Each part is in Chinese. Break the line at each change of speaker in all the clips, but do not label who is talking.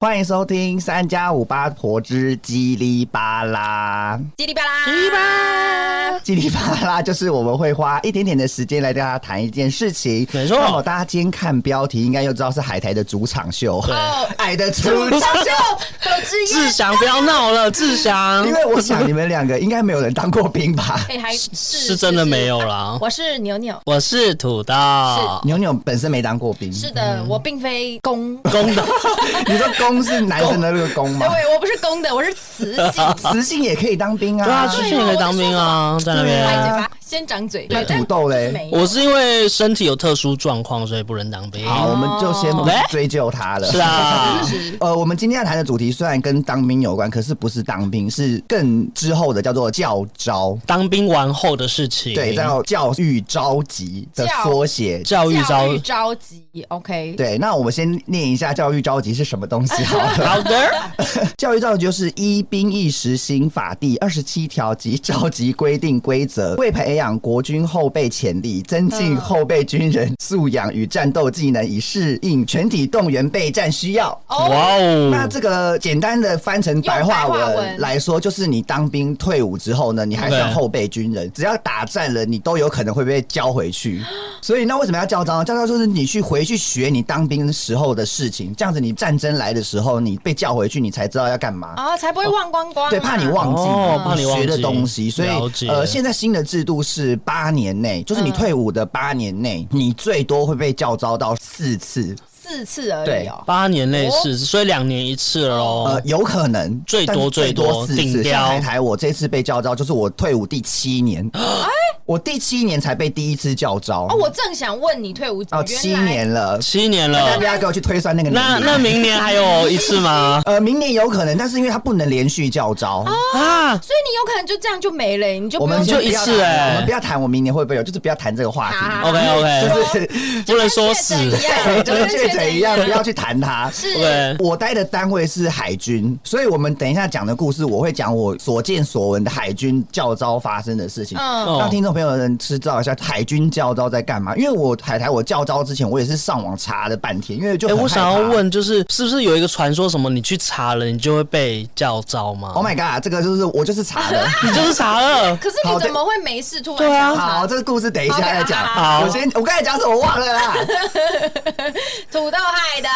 欢迎收听三加五八婆之叽哩吧啦，
叽里吧啦，叽里吧，
叽哩吧啦就是我们会花一点点的时间来跟大家谈一件事情。
没错
那么大家今天看标题，应该就知道是海苔的主场秀，
哦
爱的主场
小秀有志
志
愿，
祥，不要闹了，志祥
因为我想你们两个应该没有人当过兵吧？
哎，还是
是真的没有啦。
我是牛牛，
我是土豆，
牛牛本身没当过兵，
是的，我并非公，
公的，
你说公是男生的那个公吗？
对，我不是公的，我是雌性。
雌性也可以当兵啊，
对啊，去去可以当兵啊，在那
快嘴
边。
巴，先长嘴。
那
对，但
土豆嘞
就是没有
我是因为身体有特殊状况，所以不能当兵。
好，我们就先不
哦喂
追究他了。
是啊，
呃，我们今天要谈的主题虽然跟当兵有关，可是不是当兵，是更之后的叫做教招，
当兵完后的事情。
对，叫教育召集的缩写。
教育招
教。育着急，OK，
对，那我们先念一下教育召集是什么东西好了。
好 的，
教育召集就是依兵役实行法第二十七条及召集规定规则，为培养国军后备潜力，增进后备军人素养与战斗技能，以适应全体动员备战需要。
哦，
哇
那
哦，
这个简单的翻成白话
用白话
文
文
来说，就是你当兵退伍之后呢，你还算后备军人，只要打战了，你都有可能会被交回去。所以那为什么要教招呢？教招就是你去回去学你当兵时候的事情，这样子你战争来的时候，你被叫回去，你才知道要干嘛。
啊，才不会忘光光啊，
对，怕你忘记，
哦怕你忘记
学的东西，所
了
以
解
呃，现在新的制度是八年内，就是你
嗯
退伍的八年内，你最多会被叫招到四次，
四次而已
对
哦。
八年类似，所以两年一次
呃
喽，。
有可能
哦最多
但是最
最多
四次。
顶标
像台台，我这次被叫招就是我退伍第七年，
啊
我第七年才被第一次叫招，
哦，我正想问你退伍
哦
原来
七年了，
七年
大家
了
不。要给我去推算那个年
呃那
龄
那明年还有一次 吗？
呃，明年有可能，但是因为它不能连续叫招，
哦
啊，
所以你有可能就这样就没了，你就
我
不用
们
就
不要
一次
谈
欸
我们不要谈我明年会不会有，就是不要谈这个话题，
哦
啊
OK，OK
就是
不能说死。
跟确诊一
对，
样
就是确诊一样，不要去谈它。
是
对，
我待的单位是海军，所以我们等一下讲的故事，我会讲我所见所闻的海军教招发生的事情，
嗯
哦
让听众朋友们知道一下海军教招在干嘛。因为我海苔我教招之前，我也是上网查了半天，因为就
哎、
很害
我
怕
想要问，就是是不是有一个传说，什么你去查了，你就会被叫招吗？
，Oh my god，这个就是我就是查的。
你就是查 了，
可是你怎么会没事突然
对啊
想查
好，这个故事等一下再讲。
好
好
我先我刚才讲什么我忘了啦。
土豆害的？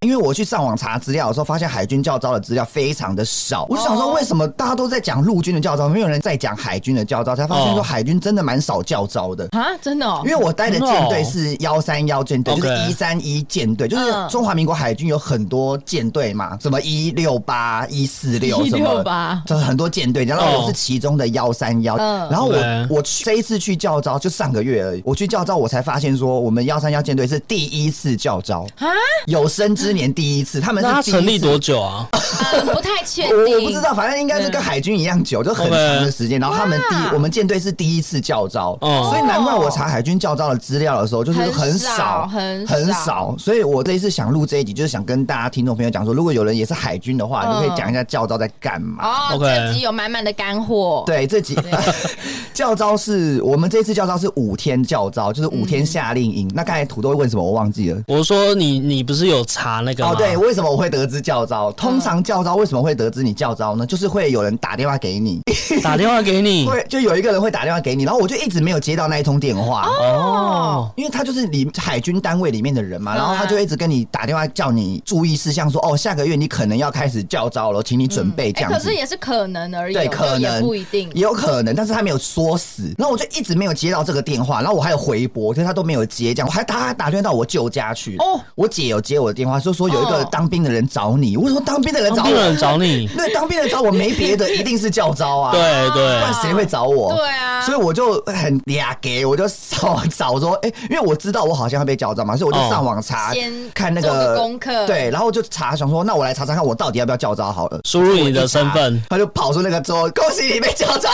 因为我去上网查资料的时候，发现海军教招的资料非常的少。我就想说，为什么大家都在讲陆军的教招，没有人在讲海军的教招？才发现说
哦
海军真的蛮少教招的。
啊，真的哦
因，为我待的舰队是幺三幺舰队，就是
OK
一三一舰队，就是
嗯
中华民国海军有很多舰队嘛，什么一六八、一四六什么
168，
就是很多舰队。然后
哦
我是其中的幺三幺，
嗯
然后我
OK
我去这一次去教招，就上个月而已，我去教招，我才发现说我们幺三幺舰队是第一次教招
啊，
有生之年第一次，他们
那
是
它
第一次
成立多久啊？
嗯不太确
我
定，
我不知道，反正应该是跟海军一样久，就很长的时间。然后他们第
哇
我们舰队是第一次教招，
哦
所以难怪我查海军教招的资料的时候，就是很
很
少
少很少
很少。所以我这一次想录这一集，就是想跟大家听众朋友讲说，如果有人也是海军的话，
嗯
你就可以讲一下教招在干嘛。
哦。
OK
这集有满满的干货，
对，这集 教招是我们这次教招是五天教招，就是五天夏令营。那刚才土豆问什么，我忘记了。
我说你你不是有查那个吗？
哦，对，为什么我会得知教招？通常教招为什么会得知你教
嗯
招呢？就是会有人打电话给你，
打电话给你。
会就有一个人会打电话给你，然后我就一直没有接到那一通电话。
嗯
哦，
因为他就是里海军单位里面的人嘛，
嗯啊
然后他就一直跟你打电话叫你注意事项，说哦，下个月你可能要开始教招了，请你准备这
哎，
样
可
子。
是也是可能而已哦，
对，可
就也
能
不一定。
也有可能，但是他没有说死。然后我就一直没有接到这个电话，然后我还有回拨，就是他都没有接，这样我还他还打电话到我舅家去。哦
哦，
我姐有接我的电话，说说有一个
哦
当兵的人找你，我说当兵的人找
当兵的
我，
人找你。
对，当兵的人找我没别的，一定是教招啊。
对对
不，然谁会找我？
对啊
所以我就很俩给，我就上网找 说，哎、因为我知道我好像会被叫招嘛，所以我就
哦
上网查，
先
看那
做
个
个功课
对，然后就查，想说那我来查查看我到底要不要叫招好了。
输入你的身份
他就跑出那个之后，恭喜你被叫招。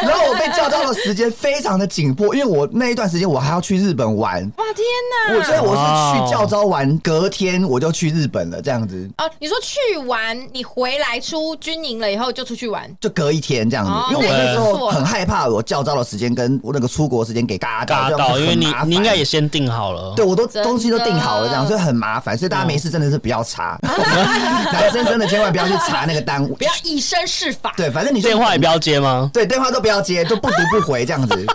然 然后我被叫到的时间非常的紧迫，因为我那一段时间我还要去日本玩，
哇天哪！
我觉得我
哦
是去教招完，隔天我就去日本了，这样子
哦，你说去玩，你回来出军营了以后就出去玩，
就隔一天这样子
哦，
因为我那时
那也不
候
错
很害怕我教招的时间跟我那个出国时间给嘎
尬
这样
到，
子
因
很
为你
麻烦
你应该也先定好了。
对我都
真的
东西都定好了，这样所以很麻烦，所以大家没事真的是不要 查，男生真的千万不要去查那个单位
不，要以身试法。
对，反正你就
电话也不要接吗？
对电话都不要接，就不读不回这样子。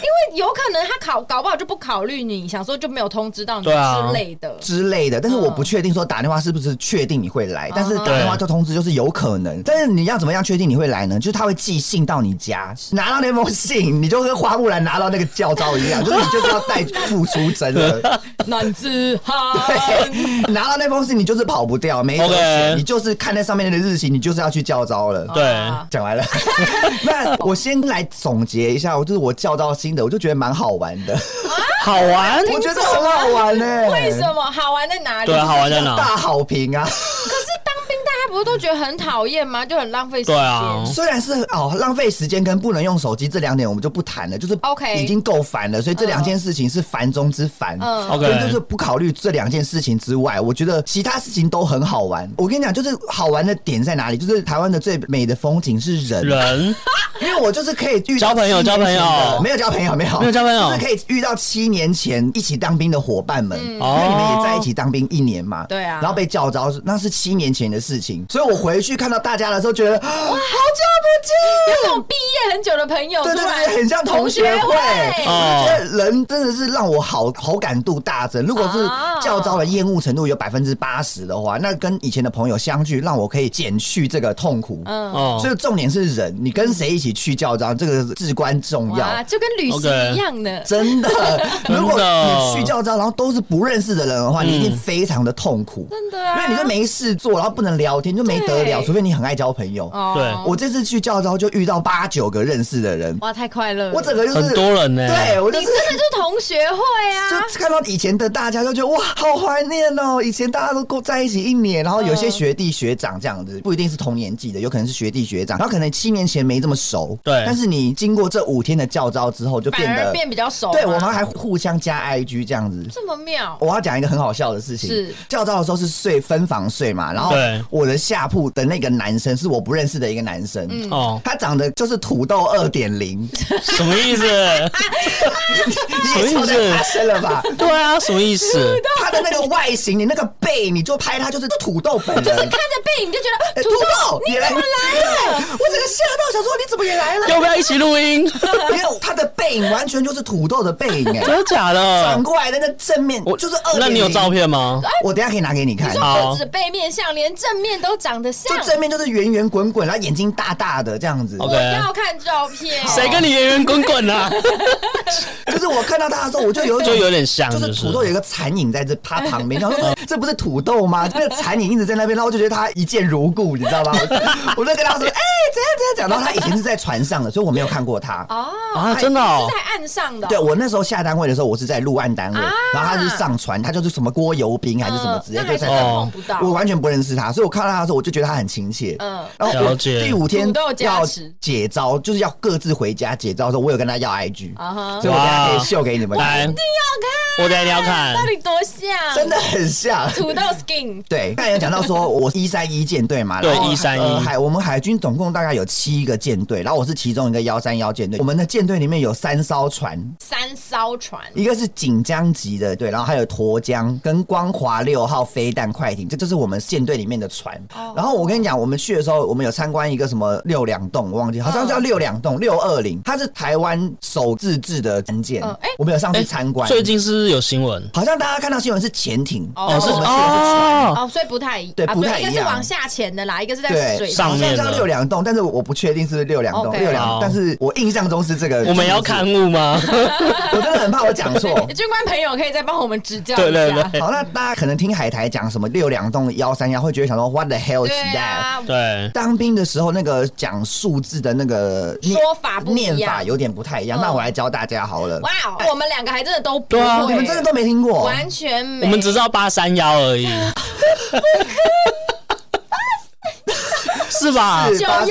因为有可能他考搞不好就不考虑你，想说就没有通知到你
对啊
之类的。
之类的，但是我
嗯
不确定说打电话是不是确定你会来，但是打电话就通知就是有可能，但是你要怎么样确定你会来呢？就是他会寄信到你家，拿到那封信，你就跟花木兰拿到那个教招一 样，就是你就是要带付出真了。
男子汉，
对， 拿到那封信你就是跑不掉，没得选
OK
你就是看那上面的日期，你就是要去教招了。
对
啊
讲完了， 那我先来总结一下，我就是我教招新的，我就觉得蛮好玩的，
好玩，
我觉得很好玩呢、欸
为什么好玩在哪里？
对啊，好玩在哪？
大好评啊！
当兵大家不是都觉得很讨厌吗？就很浪费时间。
对啊，
虽然是哦浪费时间跟不能用手机这两点，我们就不谈了，就是
OK
已经够烦了，所以这两件事情是烦中之烦。
嗯
OK
所以就是不考虑这两件事情之外，我觉得其他事情都很好玩。我跟你讲，就是好玩的点在哪里？就是台湾的最美的风景是人，
人
因为我就是可以遇到
交朋友
七年前的
交朋友
没有交朋友，没有
没有交朋友
就是可以遇到七年前一起当兵的伙伴们，因
哦
为你们也在一起当兵一年嘛，
嗯对啊
然后被叫招，那是七年前的事情，所以我回去看到大家的时候，觉得啊好久不见。
有那种毕业很久的朋友
对
哦出
对
来，
对，很像同学会。
哦
会
我觉得人真的是让我好好感度大增。如果是
啊
教招的厌恶程度有百分之八十的话，那跟以前的朋友相聚，让我可以减去这个痛苦。
嗯，
哦
所，以重点是人，你跟谁一起去教招，这个是至关重要。
哇，就跟旅行
OK
一样的。
真 的，
的
如果你去教招，然后都是不认识的人的
嗯
话，你一定非常的痛苦，
真的
因
啊，
为你就没事做，然后不能聊天，就没得聊，
对
除非你很爱交朋友。
哦
对
我这次去教招就遇到八九个认识的人，
哇，太快乐了！
我整个就是
很多人呢。
对我就
你
是
真的就是同学会啊，
就看到以前的大家，就觉得哇，好怀念哦！以前大家都过在一起一年，然后有些学弟学长这样
嗯
子，不一定是同年纪的，有可能是学弟学长，然后可能七年前没这么熟，
对
但是你经过这五天的教招之后，就变
反而
得
变比较熟啊。
对，我们还互相加 IG 这样子。
这么妙，
我要讲一个很好笑的事情，
是
教招的时候是睡分房睡嘛，然后
对
我的下铺的那个男生是我不认识的一个男生，
嗯
哦，
他长得就是土豆二点 零，
什么 意思？
你也超
什么意思
太大声了吧？
对啊，什么意思？
他的那个外形，你那个背，你就拍他就是土豆本人，就是
看着背影就觉得
土
土豆
豆也来了，对 我整个吓到，想说你怎么也来 了？
要不要一起录音？
没有，他的背影完全 就是土豆的背影，哎，
真的假
转
的？
过来的那正面就是二。
那你有照？片吗？
我等一下可以拿给你看。
好
不止背面像，连正面都长得像
就。正面就是圆圆滚滚，然后眼睛大大的这样子。
OK
我要看照片，
谁跟你圆圆滚滚啊？
就是我看到他的时候，我就有一种
就有点像
就是
就是
土豆有一个残影在这趴旁边，然后说这不是土豆吗？那个残影一直在那边，然后我就觉得他一见如故，你知道吗？我我就跟他说，哎、怎样怎样讲，然后他以前是在船上的，所以我没有看过他。
哦，
啊，真的哦
是在岸上的哦，
对我那时候下单位的时候，我是在陆岸单位，
啊
然后他是上船，他就是什么郭油兵还是什么之类，
嗯那
就
还
在
真
上
的
船
碰不到。
我完全不认识他，所以我看到他的时候，我就觉得他很亲切。
嗯
嗯，然后我
了解
第五天
土豆加
要
持
解招，就是要各自回家解招的时候，我有跟他要 IG，
啊哈
所以我等一下可以秀给你们
来，
看，
我等一定要看
到。底多像？
真的很 像。
土豆 skin
对，刚才有讲到说，我一三一舰队嘛，
对
然后
131
呃海我们海军总共大概有七个舰队，然后我是其中一个幺三幺舰队。我们的舰队里面有三艘船，
三艘船，
一个是锦江级的，对，然后还有沱江跟光华六号飞弹快艇，这就是我们舰队里面的船。
哦
然后我跟你讲，我们去的时候，我们有参观一个什么六两栋，我忘
嗯
记好像叫六两栋六二零，它是台湾首自制的战舰。
嗯哎
我们有上去参观。
最近是不是有新闻？
好像大家看到新闻是潜艇，
哦
但
是
我们去的是船。
哦，
哦，所以不太一
对
啊
不太一
一
样
个是往下潜的啦，一个是在水
对，
上。哦
上
好像
面的
叫六两栋，但是我不确定是不是六两栋
OK
六两
好，
但是我印象中是这个。
我们要
看，
刊物吗？
我真的很怕我讲 错。
军官朋友可以再帮我们指教一下。
对对对
好，那大家可能听海苔讲什么六两栋幺三幺，会觉得想说 What the hell is
对
that？、
啊，
对，
当兵的时候，那个讲数字的那个念
说法不一样
念法有点不太一样。
嗯
那我来教大家好了。
哇哦，我们两个还真的都不
对啊
会，
你们真的都没听过？
完全没，
我们只知道八三幺而已。是吧？
是
九幺幺，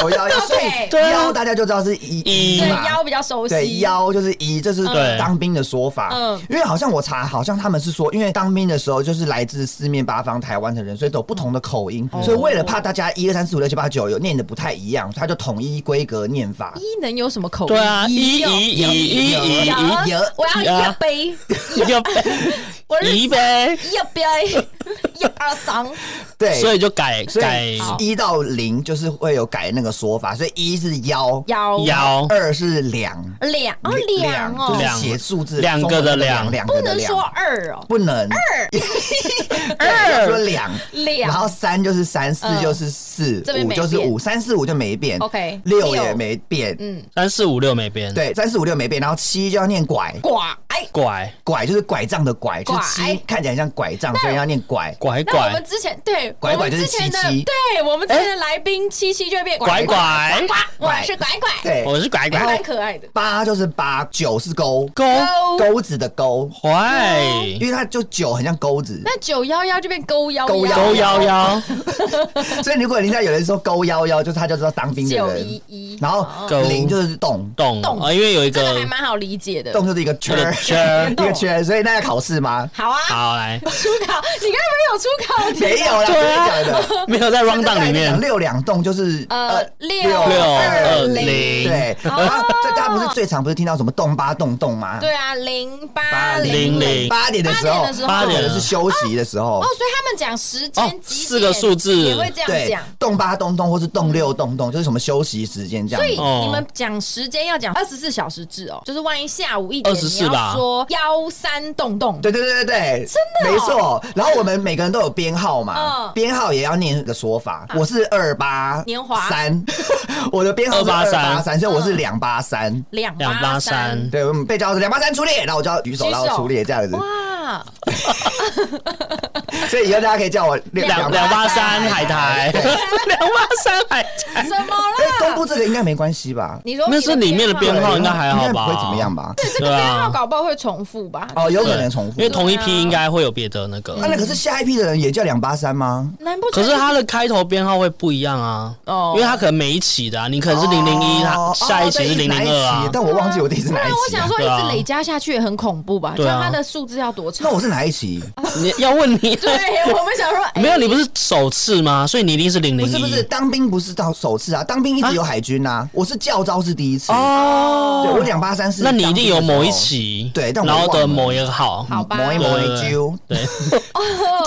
九幺幺，所以
对啊
幺大家就知道是一
一
一
对
嘛，
幺比较熟
对
悉，
幺就是一，这是
对
当兵的说法。
嗯
嗯，因为好像我查，好像他们是说，因为当兵的时候就是来自四面八方台湾的人，所以都有不同的口音，
哦
所以为了怕大家一二三四五六七八九有念的不太一样，他就统一规格念法。
一能有什么口音？
对啊，一
有
一一一一
有
一，
有
我要
有
一杯，
一个
我是
一呗，
一杯， 一二 三，
对，
所以就改
所
改
以一到零就是会有改那个说法，所以一是幺，
幺
摇
二是两，
两哦两
两
哦
就，是
两
写数字
两个的
中
两
文两
不
个的
能
两
说二哦，
不能
二
要说两。然
两
后三就是三，四
嗯
就是四
这边，
五
没
就是
变
五，三四五就没变
OK，
六
六
也没变，
嗯
三四五六没变，
对，三四五六没变，然后七就要念拐，
寡哎。
拐
拐就是拐杖的拐，就
拐
是七看起来像拐杖，所以要念拐。
拐
那我
拐
们之前对，
拐
我
拐
们
就是
之前的
七七
对我们之前的来宾七七就会变
拐哎拐，
我是拐拐，
对，
我是拐
然
拐
蛮可爱的。
八就是八，九是钩，
勾
勾
钩子的钩，
坏
因为它就九很像钩 子，
那九幺幺就变勾幺
勾
勾
幺
幺幺，
所以如果人家有人说勾幺幺，就是他就知道当兵的
九
人
一。一，
然后
勾
零就是洞，
懂
懂
啊？因为有一
这个还
个
蛮好理解的。
洞就是一个圈儿，
圈
一个圈，所以那要考试吗？
好啊，
好来，
初考，你刚才有初考题
没有啦，
对啊
真的假的。
没有在 round down 里面，
六两洞就是
呃六
六二
零
零
对，然后这大家不是最常不是听到什么洞八洞洞吗？
哦对啊，零八
八
零
零
零。
零
八点的时
八
候
点的时，候
八点的是休息的时候
哦，，所以他们讲时
哦
间几
四个
点
数字
也会这样
对
讲。，
洞八洞洞或是洞六洞洞，就是什么休息时间这
所以
样。
哦
你们讲时间要讲二十四小时制哦，就是万一下午一点，你
24
要
吧
说幺三洞洞，
对对对对对，
真的哦
没错。然后我们每个人都有编号嘛
嗯，
编号也要念个说法。我是二八
年华
三， 我的编号是二
283
八三，所以我是两八三。
两
两
八三
八三，
对，我们被叫是两八三出列，然后我就要举手，
举手
然后出列这样子。
哇，
所以以后大家可以叫我
两两八三海苔，两八三海苔，
怎么
哎，公
了？
布这个应该没关系吧？
你说
那是里面的编
编
号，应该还好吧？
不会怎么样？吧？
这个
对啊
编号搞不好会重复吧？
哦，有可
对
能重，复
因为。嗯同一批应该会有别的那
那
个，
那可是下一批的人也叫两八三吗？
难不成
可是它的开头编号会不一样啊，
哦
因为它可能每一期的啊，你可能是零零一，它
哦
下一期是
哦对
零
哪
零二
期
啊，
但我忘记我第一次
不
哪一
然我
期
想
啊。
说，一
对啊
直累加下去也很恐怖吧？就
对啊
它的数字要多长
那？我是哪一期？
你要问 你，
对，我们想说，哎
没有，你不是首次吗？所以你一定是零
不
零
是不是，
一
当兵不是到首次啊，当兵一直有海军
啊
呐。我是教招是第一次，对我
哦。
两八三是。
那你一定有某一。期，
对但我
然后
忘了哦
的某一个号，
好吧
摸一摸一揪。
对，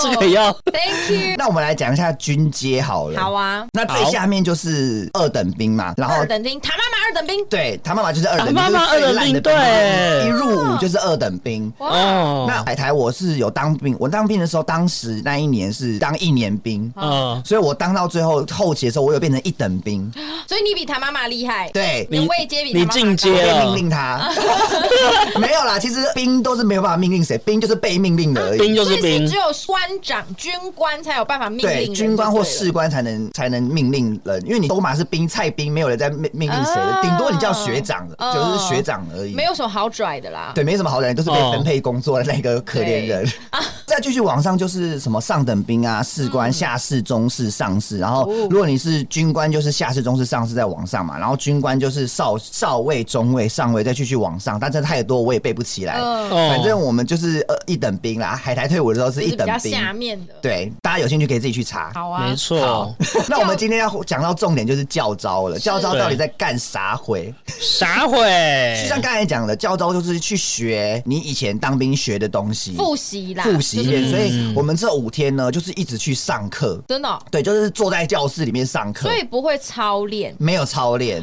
这个要
Thank you，
那我们来讲一下军阶好了。
好。啊，
那最下面就是二等兵嘛，然后
二等兵，他妈妈二等兵，
对他妈妈就是二等兵，
啊妈妈
就是最烂的兵
二等兵对
一入伍就是二等兵。
哇，
哦，
那海苔我是有当兵，我当兵的时候，当时那一年是当一年兵，
嗯，
所以我当到最后后期的时候，我有变成一等兵，
所以你比他妈妈厉害，
对。
你位阶比他妈
你
妈
进
我
阶
可以
了
命，令他，没有啦。其实兵都是没有办法命令谁，兵就是被命令的而已。
兵
高，
就
所
是
以是
兵
只，有官长、军官才有办法命令
对
人
军官或
就对了
士官才能才能命令人，因为你都嘛是兵菜兵，没有人在命命令谁的，顶多你叫学长，
哦
就是学长而已。
没有什么好拽的啦。
对，没什么好人，都是被
哦
分配工作的那个可怜人。 再继续往上就是什么上等兵啊、士官、下士、中士、上士，然后
嗯哦
如果你是军官，就是下士、中士、上士再往上嘛，然后军官就是少少尉、中尉、上尉，再继续往上，但这太多我也背不起来。
嗯，
哦
反正我们就是呃一等兵啦，海苔退伍的时候是
就
一
是比
等
较
兵。
下面的。，
对，大家有兴趣可以自己去查。
好啊
没，错，
那我们今天要讲到重点就是教招了，教招
对
到底在干啥回？
啥会？
就像刚才讲的，教招就是去学你以前当兵学的东西，
复习啦，
复习一遍，
就是嗯
所以我们这五天呢，就是一直去上课，
真的哦，
对，就是坐在教室里面上课
所，以不会操练。
没有操练，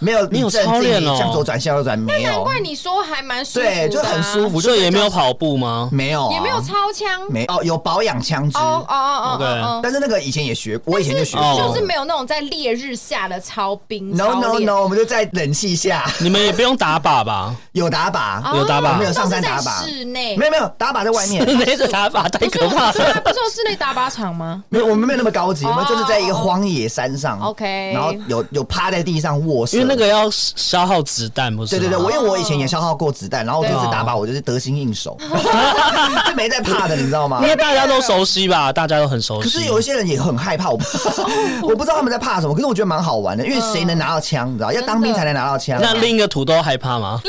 没有
没有
你正
操
经
练
你
哦
向左转向右转，没
难
有，
怪你说还蛮舒服的啊，
对，就很舒服，
所以也没有
就
跑步吗
在教，？没有啊，
也没有操枪。
没哦，有保养枪支，
哦哦哦哦
对
哦哦，
但是那个以前也学，我以前就学
但
过
就是没有那种在烈日下的操兵。
，no
操
no
练
no，我们就在冷气下
你们也不用打靶吧？
有打靶，
哦
有打靶
没有
都
上
是
山
在
打靶
室内
没有没有打靶在外面，
追着打靶太
不是
可怕
他
了。
不是有室内打靶 场吗？
没有，我们没有那么高级，我们就是在一个荒野山上
哦 OK
然后有有趴在地上卧射，
因为那个要消耗子弹，不是
对
吗？哦
对对，我因为我以前也消耗过子弹，然后我这次
对
打靶我就是得心应 手， 就没在怕的，你知道吗
因？为大家都熟悉吧，大家都很熟
可
悉。
是有一些人也很害怕，我 我不知道他们在怕什么，可是我觉得蛮好玩的，因为
嗯
谁能拿到枪，你知道，要当兵才能拿到枪。
那另一个土豆害怕吗？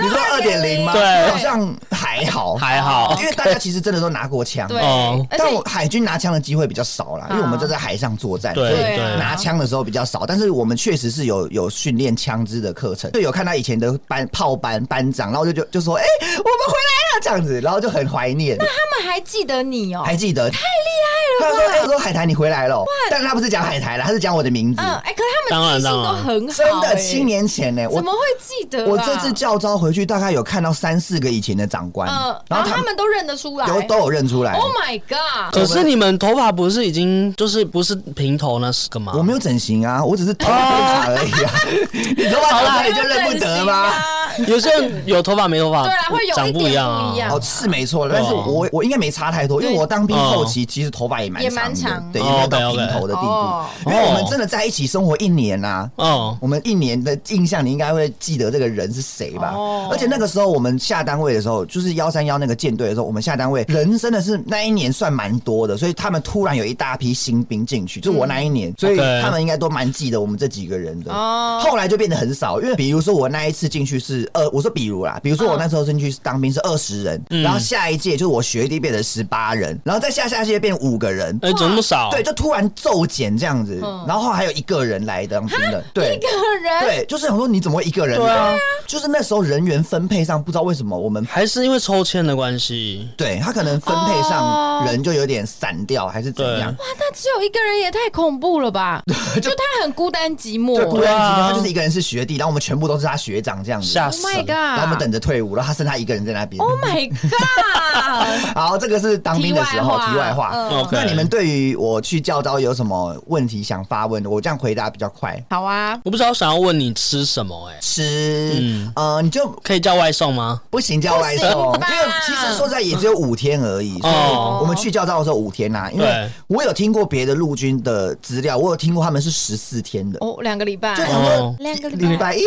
你说二点零吗？
对
好像还好，
还好
因为大家其实真的都拿过枪，
对
哦，
而
但我
且啊
海军拿枪的机会比较少啦，因为我们这在海上作战，
对
所以
对啊
拿枪的时候比较少。但是我们确实是有有训练枪支的课程，就有看到以前的班炮班班长，然后就就就说：“哎、我们回来了！”这样子，然后就很怀念，
他们还记得你哦。
还记得，太厉害了。他说：“哎、我说海苔你回来了哦，但是他不是讲海苔啦，他是讲我的名字。
嗯，哎，可是他
当
们
然
记性
当
都
然
很好，
真的
哎
七年前呢、
怎
我
么会记得啊？
我这次教招回去，大概有看到三四个以前的长官，
嗯，然后他们都认得出来。
有都有认出来。
Oh my god！
可是你们头发不是已经就是不是平头那是个吗？
我没有整形啊，我只是头发变长而已啊。 你头发长了你就认不
啊
得吗？
对
有些人有头发没头发，
啦，啊会有
长
一
不一
点
样
不一
啊。
样
哦，。是没错，但是
哦
我我应该没差太多，因为我当兵后期其实头发也蛮
也
长
蛮
的，
长
对，
哦
应该到
OK，OK
平头的地
哦
步。因为我们真的在一起生活一年啊呐，
哦，
我们一年的印象你应该会记得这个人是谁吧
哦？
而且那个时候我们下单位的时候，就是幺三幺那个舰队的时候，我们下单位人真的是那一年算蛮多的，所以他们突然有一大批新兵进
嗯
去，就是我那一年，所以
OK
他们应该都蛮记得我们这几个人的。
哦
后来就变得很少，因为比如说我那一次进去是二，我说比如啦，比如说我那时候进去当兵是二十人，然后下一届就是我学弟变成十八人，然后再下下届变五个人，
哎，怎么那么少？
对，就突然骤减这样子，
嗯
然后还有一个人来当兵的，对
一。个人
对，就是想说你怎么会一个人？
对啊，
就是那时候人员分配上，不知道为什么我们
还是因为抽签的关系。
对他可能分配
哦
上人就有点散掉，还是怎样？
哇，啊那只有一个人也太恐怖 了吧？就他很孤单寂寞。
就突然之间
Oh
对啊
他就是一个人是学弟，然后我们全部都是他学长这样子，
吓死
Oh my
然啊后我们
god！
等着退伍，然后他剩他一个人在那边。
Oh my god！
好，这个是当兵的时候题外话。
嗯
哦 OK
那你们对于我去教招有什么问题想发问的？我这样回答比较快。
好啊，
我不知道想要问你吃什么，哎，
吃，
嗯
呃，你就
可以叫外送吗？
不行叫外送，
不行吧
因为其实说实在也只有五天而已。所以
哦
我们去教招的时候五天啊呐、因为
对
我有听过别的陆军的资料，我有听过他们是十四天的，
哦，两个礼拜
就，想说
哦
两个
礼
礼拜，哦
拜一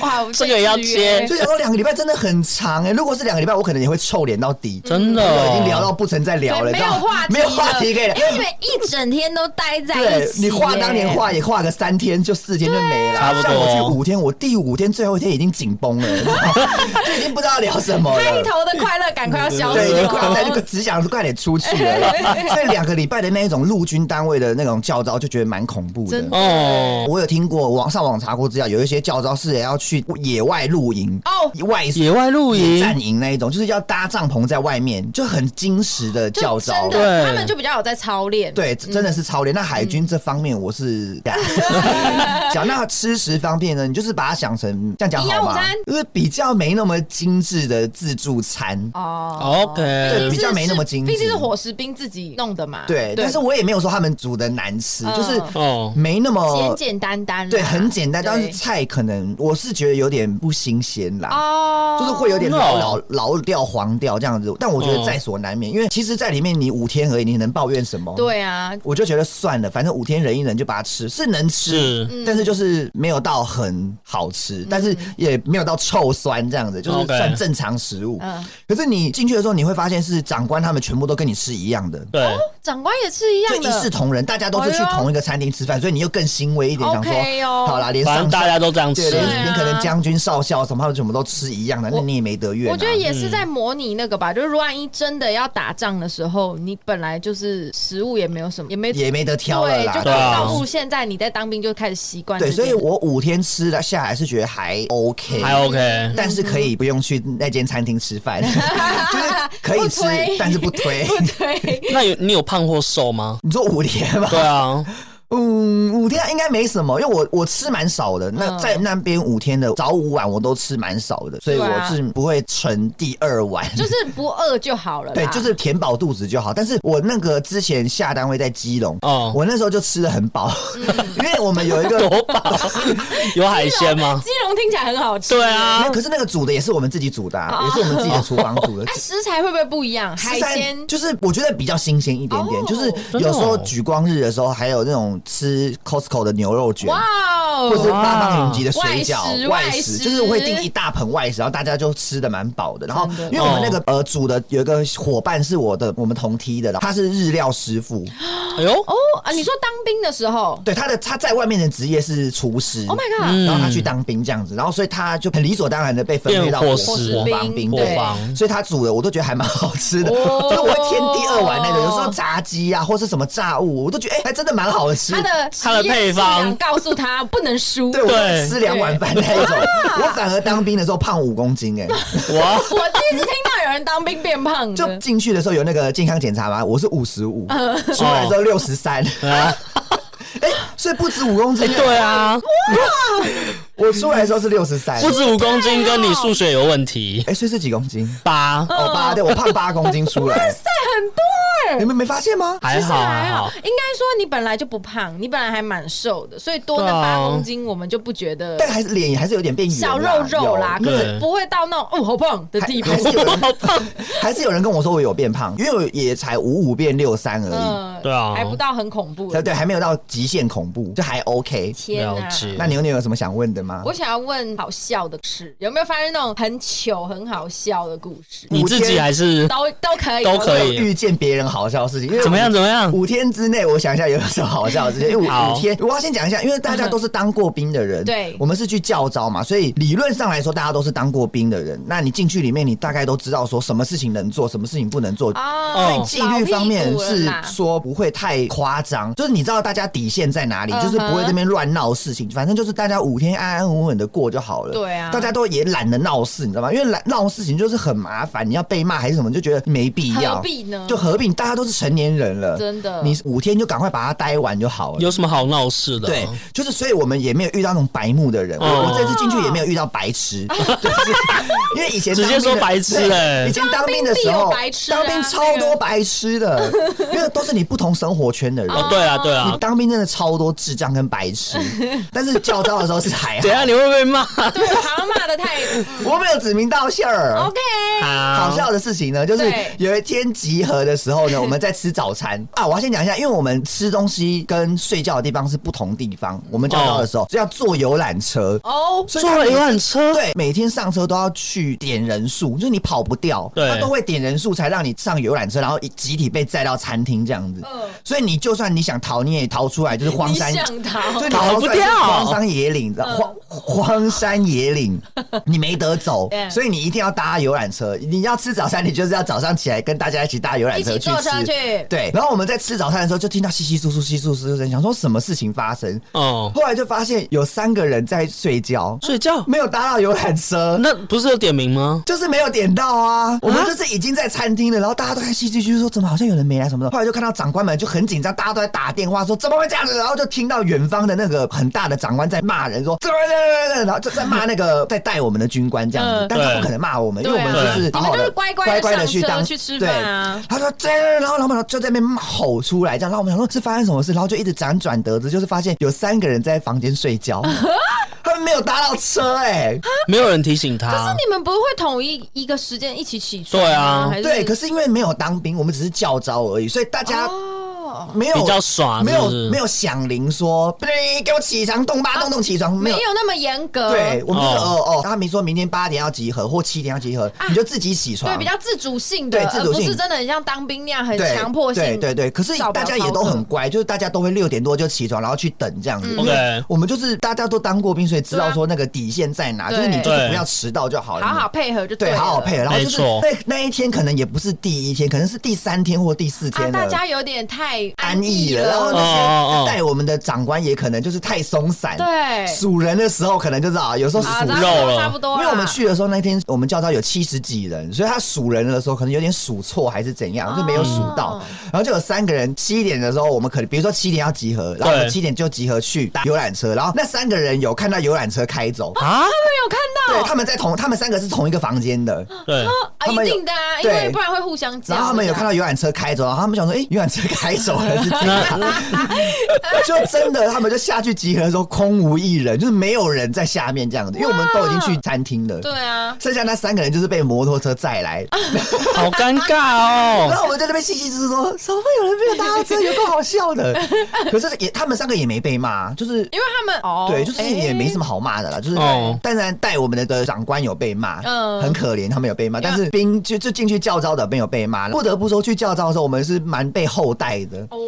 号。
哇，我
这个也要
被制约
接
就想说两个礼拜真的很长哎、如果是两个礼拜，我可能也会臭脸到底。
真
因为
的哦
我已经聊到不曾再聊了，
对没有
你知道吗
话题
没有话题可以聊
因。为你们一整天都待在一
对
起耶，
你画当年画也画个三天，就四天就没了。
差
啊
不多
像我去五天，我第五天最后一天已经紧绷了，你知道吗 就已经不知道聊什么
开
了。
头的快乐感快要消
对，
失
就快就
了。
只想快点出去了。 所以两个礼拜的那一种陆军单位的那种教招，就觉得蛮恐怖的
真。的
哦，
我有听过网上网查过资料，有一些教招是也要去野外露营
哦
外宿
野外露
野
营，
战营那一种，就是要搭帐篷在外面，就很矜持的教
就
招
真。
对
的，嗯他们就比较有在操练。
对，真的是超练。那海
嗯
军这方面我 是讲那吃食方面呢，你就是把它想成这样讲好
营养午
吗
餐？
就是比较没那么精致的自助餐。
哦
OK
对比较没那么精
精
致
致，毕竟是伙食兵自己弄的嘛。
对，但是我也没有说他们煮的难吃，
嗯
就是
哦，
没那么
简简单单啦，
对，很简单。
对
但是菜可能我是觉得有点不新鲜啦。
哦，
就是会有点
哦
老老老掉黄掉这样子，但我觉得
嗯
在所难免，因为其实，在里面你五天而已，你能抱怨什么？
对啊，
我就觉得算了，反正五天忍一忍就把它吃，是能吃，但是就是没有到很好吃，
嗯
但是也没有到臭酸这样子，就是
OK
算正常食物。
嗯
可是你进去的时候，你会发现是长官他们全部都跟你吃一样的。
对，
长官也是一
就
样
一视
的，
同仁，大家都是去
哎呦
同一个餐厅吃饭，所以你又更欣慰一点，想
OK
说
哦
好啦，连
反正
上
大家都这样
对，
吃
连
对啊
连可能将军、少校什么，他们全部都吃一样的，那
我
你也没得怨啊。嗯
我觉得也是在模拟那个吧，就是万一真的要打仗的时候，你本来就是食物也没有什么，也没
也没得挑了
对，
啦
就。
对啊
到物现在你在当兵就开始习惯这
对，
件事，
所以我五天吃了下来是觉得还 OK，
还 OK。
但是可以不用去那间餐厅吃 饭，就是可以吃
不推，
但是不 推。
对。
那有你有胖或瘦吗？
你说五天吧，
对啊，
嗯，五天应该没什么，因为我我吃蛮少的。那
嗯
在那边五天的早午晚我都吃蛮少的，所以
对
我
啊
是不会存第二碗。
就是不饿就好了啦。
对，就是填饱肚子就好。但是我那个之前下单位在基隆，
嗯
哦
我那时候就吃的很饱，因为我们有一个
多饱，有海鲜吗？
基龙听起来很好吃。
对啊
哎
那可是那个煮的也是我们自己煮的、啊，
哦
也是我们自己的厨房 煮的。
哎，食材会不会不一样？海
食材
鲜
就是我觉得比较新鲜一点点，
哦
就是
真的
有时候
哦
举光日的时候，还有那种吃 Costco 的牛肉卷，
哇哦，
或是八方云集的水
外食
饺、
外食
就是我会订一大盆外食，然后大家就吃的蛮饱的。然后
真的哦
因为我们那个呃组的有一个伙伴是我的我们同梯的，然后他是日料师傅，
哎呦，
哦啊！你说当兵的时候
对他的他在外面的职业是厨师。
，Oh my god！
然后他去当兵这样子，然后所以他就很理所当然的被分配到伙
变伙食
伙房兵，
伙
对
房
所以他煮的我都觉得还蛮好吃的，
哦
所以我会添第二碗那个，有时候炸鸡啊或是什么炸物，我都觉得哎、还真的蛮好吃
他。的
他的
职业
配
素养
方
告诉他不能输。
对，我
对
吃两碗饭那一种，我反而当兵的时候胖五公斤 哎、
哇，
我第一次听到有人当兵变胖
就
的，
进去的时候有那个健康检查嘛，我是五十 五，出来的时候六十三，
哦
哎，所以不止五公斤。
哎
对，啊，
我出来的时候是六十三，
不止五公斤，跟你数学有问题，
哎，所以是几公斤？
八
哦，八，对我胖八公斤出 来，哇塞，很
欸
多你们没发现吗？
还
其实
好
还
还
好，
好
应，该说你本来就不胖，你本来还蛮瘦的，所以多那
对啊
八公斤我们就不觉得
但还是脸还是有点变圆啦，
小肉肉啦，
有
可是
对
不会到那种哦好胖的地步
还。还 是有人
好胖，
还是有人跟我说我有变胖，因为我也才五五变六三而已，
嗯
对啊
还不到很恐怖。
对对，还没有到极限恐怖，就还 OK。
天啊
了！解
那牛牛有什么想问的吗？
我想要问好笑的事，有没有发生那种很糗、很好笑的故事？
你自己还是
都都可以，
都可
有
以
遇见别人好笑的事情，因为
怎么样？
我
怎么
嗯
样？
五天之内，我想一下有什么好笑的事情。因为
好
五五天，我要先讲一下，因为大家都是当过兵的人，
嗯对
我们是去教招嘛，所以理论上来说，大家都是当过兵的人。那你进去里面，你大概都知道说什么事情能做，什么事情不能做。
啊
哦
所以纪律方面是
老屁股了啦
说不会太夸张，就是你知道大家底线在哪里，
嗯哼
就是不会这边乱闹事情，反正就是大家五天安安稳稳的过就好了。
对啊
大家都也懒得闹事，你知道吗？因为懒闹事情就是很麻烦，你要被骂还是什么，就觉得没必要。
何必呢？
就合并，大家都是成年人了，
真的
你五天就赶快把它待完就好了。
有什么好闹事的？
对，就是所以我们也没有遇到那种白目的人，我
哦
我这次进去也没有遇到白 痴，就是因为以前
直接
当兵的
说白痴
对
欸
以前当兵的时候
当兵必有白，痴啊
当兵超多白痴的，因为都是你不同生活圈的人。
哦，对啊，对
你
啊，
当兵真的超多智障跟白 痴，但是教招的时候是还好
等一，下你会被骂。
对，好像骂的太
我没有指名道姓儿。
OK。
好
好
笑的事情呢，就是
啊对
有一天集合的时 候呢，我们在吃早餐 啊。我要先讲一下，因为我们吃东西跟睡觉的地方是不同地方。我们叫到的时候是要坐游览车，
哦，
所以
坐
他
了
们
一辆车，
对，每天上车都要去点人数，就是你跑不掉，
对
他都会点人数才让你上游览车，然后一集体被载到餐厅这样子。
嗯
所以你就算你想逃，你也逃出来，就是荒
你
山。
想逃，
所以你
逃不
出来是
掉
荒山野岭，的荒荒山野岭，你没得走
对，
所以你一定要搭游览车。你要吃早餐，你就是要早上起来跟大家一起搭游览车
一起
去
坐车
吃。
去
对，然后我们在吃早餐的时候，就听到稀稀疏疏、稀稀疏疏的声音，想说什么事情发生。
哦，
后来就发现有三个人在睡觉，
睡觉。
没有搭到游览车。
那不是有点名吗？
就是没有点到啊！我们就是已经在餐厅了，然后大家都在戏剧区说怎么好像有人没来什么的。后来就看到长官们就很紧张，大家都在打电话说怎么会这样子，然后就听到远方的那个很大的长官在骂人说怎么会这样，然后就在骂那个在带我们的军官这样子，
嗯
但他
对
不可能骂我们，因
对啊
为我们就是好好
你们就
的
是乖乖地
乖乖的
上
去
车
当
去吃饭啊
对他说这样，然后老板就在那边吼出来这样，然后我们想说是发生什么事，然后就一直辗转得知，就是发现有三个人在房间睡 觉，他们没有搭到车哎、
没有人提醒他。
你们不会统一一个时间一起起床
对
吗？
啊
还
对，可
是
是因为没有当兵，我们只是教招而已，所以大家
哦，
没有
比较爽
没有
是不是
没有响铃说，不对，给我起床，动吧动动起床，没
没
有。
有那么严格，
对，我们就是
哦
哦哦，他没说明天八点要集合或七点要集合，你就自己起床。
对，比较自主性的，
对自主性
而不是真的很像当兵那样很
对
强迫性。
对对对，可是
照表
大家也都很乖，就是大家都会六点多就起床，然后去等这样子。因为
嗯 OK
我们就是大家都当过兵，所以知
对
道
啊
说那个底线在哪，
对
就是你就是
对
不要迟到就好了。
操作，好好
你
配合就
对，
了
好好配合。然后就是
没错
那那一天可能也不是第一天，可能是第三天或第四天
啊，
了。
大家有点太
安逸了，
了，
然后
哦
那
哦
些
哦
带我们的长官也可能就是太松散，
对
数人的时候可能就是啊，有时候数
啊，
人
差不
哦肉
多
了
差不多啦，
因为我们去的时候那天我们教招有七十几人，所以他数人的时候可能有点数错还是怎样，就没有数到
哦，
然后就有三个人七点的时候，我们可能比如说七点要集合，然后我们
对
哦
七点就集合去搭游览车，然后那三个人有看到游览车开走。
啊，
他们有看
对，他们在同，他们三个是同一个房间的。
对，
啊，
他
一
们有
定的啊，因
对
为不然会互相叫。
然后他们有看
到
到游览车开走，然后他们想说，哎、游览车开走了是这样，
那
就真的他们就下去集合的时候空无一人，就是没有人在下面这样子，因为我们都已经去餐厅了。
对啊，
剩下那三个人就是被摩托车载来，
好尴尬
然
哦。
后我们在那边细细致说，怎么会有人被搭车，有够好笑的。可是也他们三个也没被骂，就是
因为他们哦，
对，就是也没什么好骂的啦，就是
哦
当然带我们的长官有被骂，
嗯
很可怜，他们有被骂，但是兵就就进去教招的没有被骂，不得不说去教招的时候，我们是蛮被厚待的。
哎哦，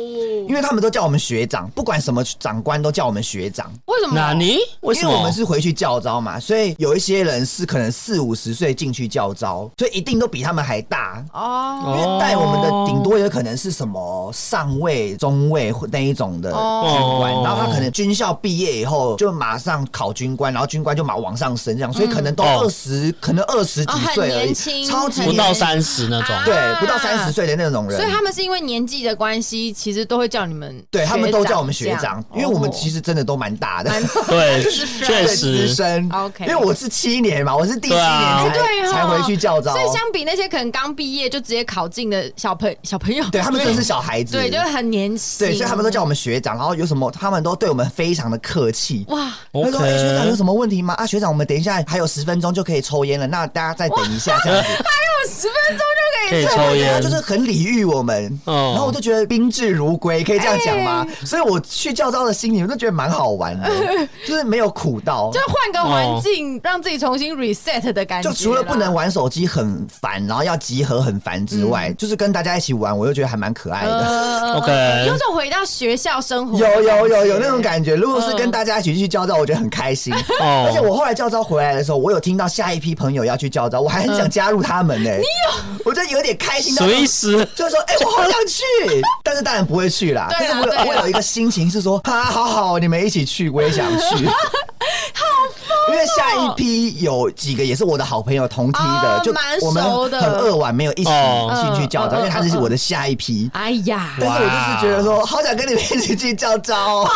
因为他们都叫我们学长，不管什么长官都叫我们学长，
为什么？
哪尼？为什
因为我
么
们？是回去教招嘛，所以有一些人是可能四五十岁进去教招，所以一定都比他们还大。因
哦
为带我们的顶多有可能是什么上尉、中尉或那一种的军官，
哦
然后他可能军校毕业以后就马上考军官，然后军官就马往上升这样，所以可能都
哦
二十、可能二十几岁
嗯哦很
而已，
年轻
超级
很
不
年
到
轻
三十那种。
啊
对，不到三十岁的那种人，
所以他们是因为年纪的关系，其实都会叫你们
对他们都叫我们
这
学
样
长，因为我们其
哦
实真的都蛮大 的，
对，
是
确
对资
实。
深因
OK
为我是七年嘛，我是第七
对
年
啊
才、
哎对哦
才回去教招啊
所，以相比那些可能刚毕业就直接考进的小朋小朋友，
对他们真的是小孩子，
对，就是很年轻，
对，所以他们都叫我们学长，然后有什么他们都对我们非常的客气。
哇，
他说：“哎、学长有
OK，
什么问题吗？啊，学长，我们等一下还有十分钟就可以抽烟了，那大家再等一下这 样子。
十分钟就
可
可以
以
做
抽
他
烟
就。是很礼遇我们，
哦哎
然后我就觉得宾至如归，可以这样讲吗？所以我去教招的心里，我就觉得蛮好玩 的，就是没有苦到。
就换个环境，让自己重新 reset 的感觉
就
啦。
除了不能玩手机很烦，然后要集合很烦之外，
嗯
就是跟大家一起玩，我又觉得还蛮可爱的。
呃
OK
有种回到学校生活的
有
感觉，
有有有那种感觉，如果是
嗯
跟大家一起去教招，我觉得很开心。
哦
而且我后来教招回来的时候，我有听到下一批朋友要去教招，我还很想加入他 们呢、你有？我就有点开心到
什么意思？
就是说，哎、我好想去，但是当然不会去啦。
对
但
啊
是我
对啊
有我有一个心情是说，哈，好好，你们一起去，我也想 去。好哦因为下一批有几个也是我的好朋友同梯的，
哦
就
蛮
我们
熟的
很扼腕，没有一起
哦
进去教招，
嗯嗯
因为他就是我的下一批。
哎呀，
但是我就是觉得说，
哇
好想跟你们一起去教招哦，
好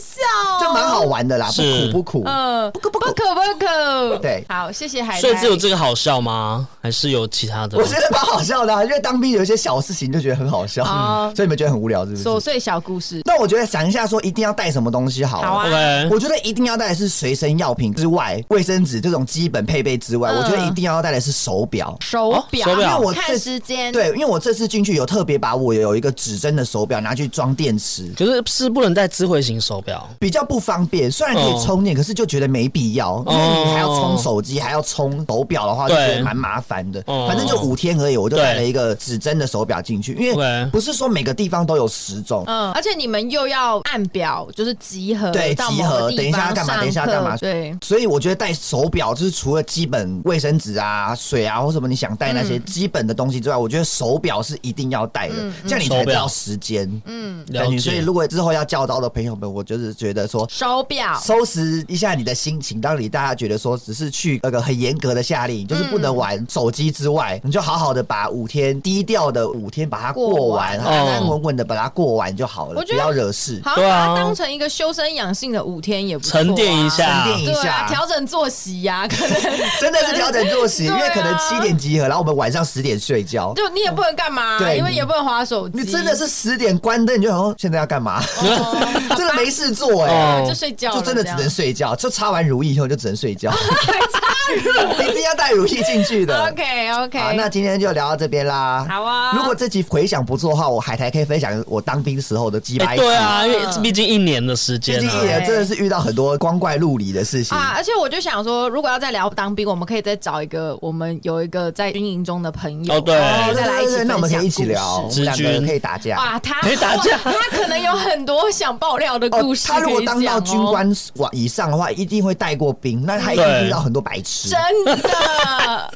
笑哦，
就蛮好玩的啦，不
是
苦不苦。
嗯，不可不可不可，
对
好，谢谢海苔。
所以只有这个好笑吗？还是有其他的
我？觉得蛮好笑的、啊，因为当兵有一些小事情就觉得很好笑，
哦
所以你们觉得很无聊是不
琐
是？
碎小故事，
那我觉得想一下，说一定要带什么东西好了。
好啊
OK，
我觉得一定要带的是随身药品之外，卫生纸这种基本配备之外，
嗯
我觉得一定要带的是手表。
哦手表，
手表
因为我
看
这
时间，，
对，因为我这次进去有特别把我有一个指针的手表拿去装电池，
可是是不能戴智慧型手表。
比较不方便。虽然可
哦
以充电，可是就觉得没必要，因为你还要充手机，还要充手表的话，就
对
觉得蛮麻烦的。
哦
反正就五天而已，我就带了一个指针的手表进去，因为
OK
不是说每个地方都有时钟，
嗯，而且你们又要按表，就是集合，
对
到
集
某个
合等
地
一下
方
要干嘛
上
等一下要
课
干嘛
对，
所以我觉得带手表就是除了基本卫生纸啊、水啊或什么你想带那
嗯
些基本的东西之外，我觉得手表是一定要带的，这样你才知
手
道
表
时间。嗯，
了解
所以如果之后要教导的朋友们，我就是觉得说。
手表，
收拾一下你的心情，让你大家觉得说，只是去那个很严格的夏令营，就是不能玩手机之外，你就好好的把五天低调的五天把它过
过
完，
完
安安稳稳的把它过完就好了，
我觉
不
得
要惹事，
好，
对啊
把它当成一个修身养性的五天也不错啊
沉淀一下
沉淀一
对啊，
下，
调整作息呀，可能
真的是调整作息，因
对啊
为可能七点集合，然后我们晚上十点睡觉。
就你也不能干嘛，
对
因为
你
也不能划手机，
你真的是十点关灯，你就想说现在要干嘛？ 真的没事做 哎、
哦
哦就睡觉了
就
这
真
样，
的只能睡觉。就擦完乳液以后就只能睡 觉， 一定要带乳液进去的。
OK OK，
好，那今天就聊到这边啦。
好啊
如果这集回想不错的话，我海苔可以分享我当兵时候的鸡巴。
哎，对，啊，因为毕竟一年的时
最
间
近一
啊。
年真的是遇到很多光怪陆离的事情。
啊！
嗯
而且我就想说，如果要再聊当兵，我们可以再找一个我们有一个在军营中的朋友，
哦对
然后
对
再来
对
一
对，
起分享故事，
那我们可以一起聊，我们两个
直
人
军
可以打架。
啊！他
可以打架
哇他可能有很多想爆料的故事、
哦他如果当到
可以
军
讲哦，嗯
官往以上的话，一定会带过兵，那他一定
对
遇到很多白痴。
真 的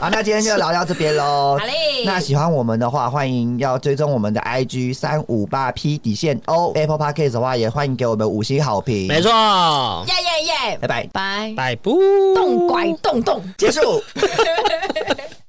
好，那今天就聊到这边喽。
好嘞
那喜欢我们的话，欢迎要追踪我们的 IG 三五八 P 底线 O Apple Podcast 的话，也欢迎给我们五星好评。
没，错，
耶耶耶！
拜拜，
拜，
摆布
动拐动动。
结束。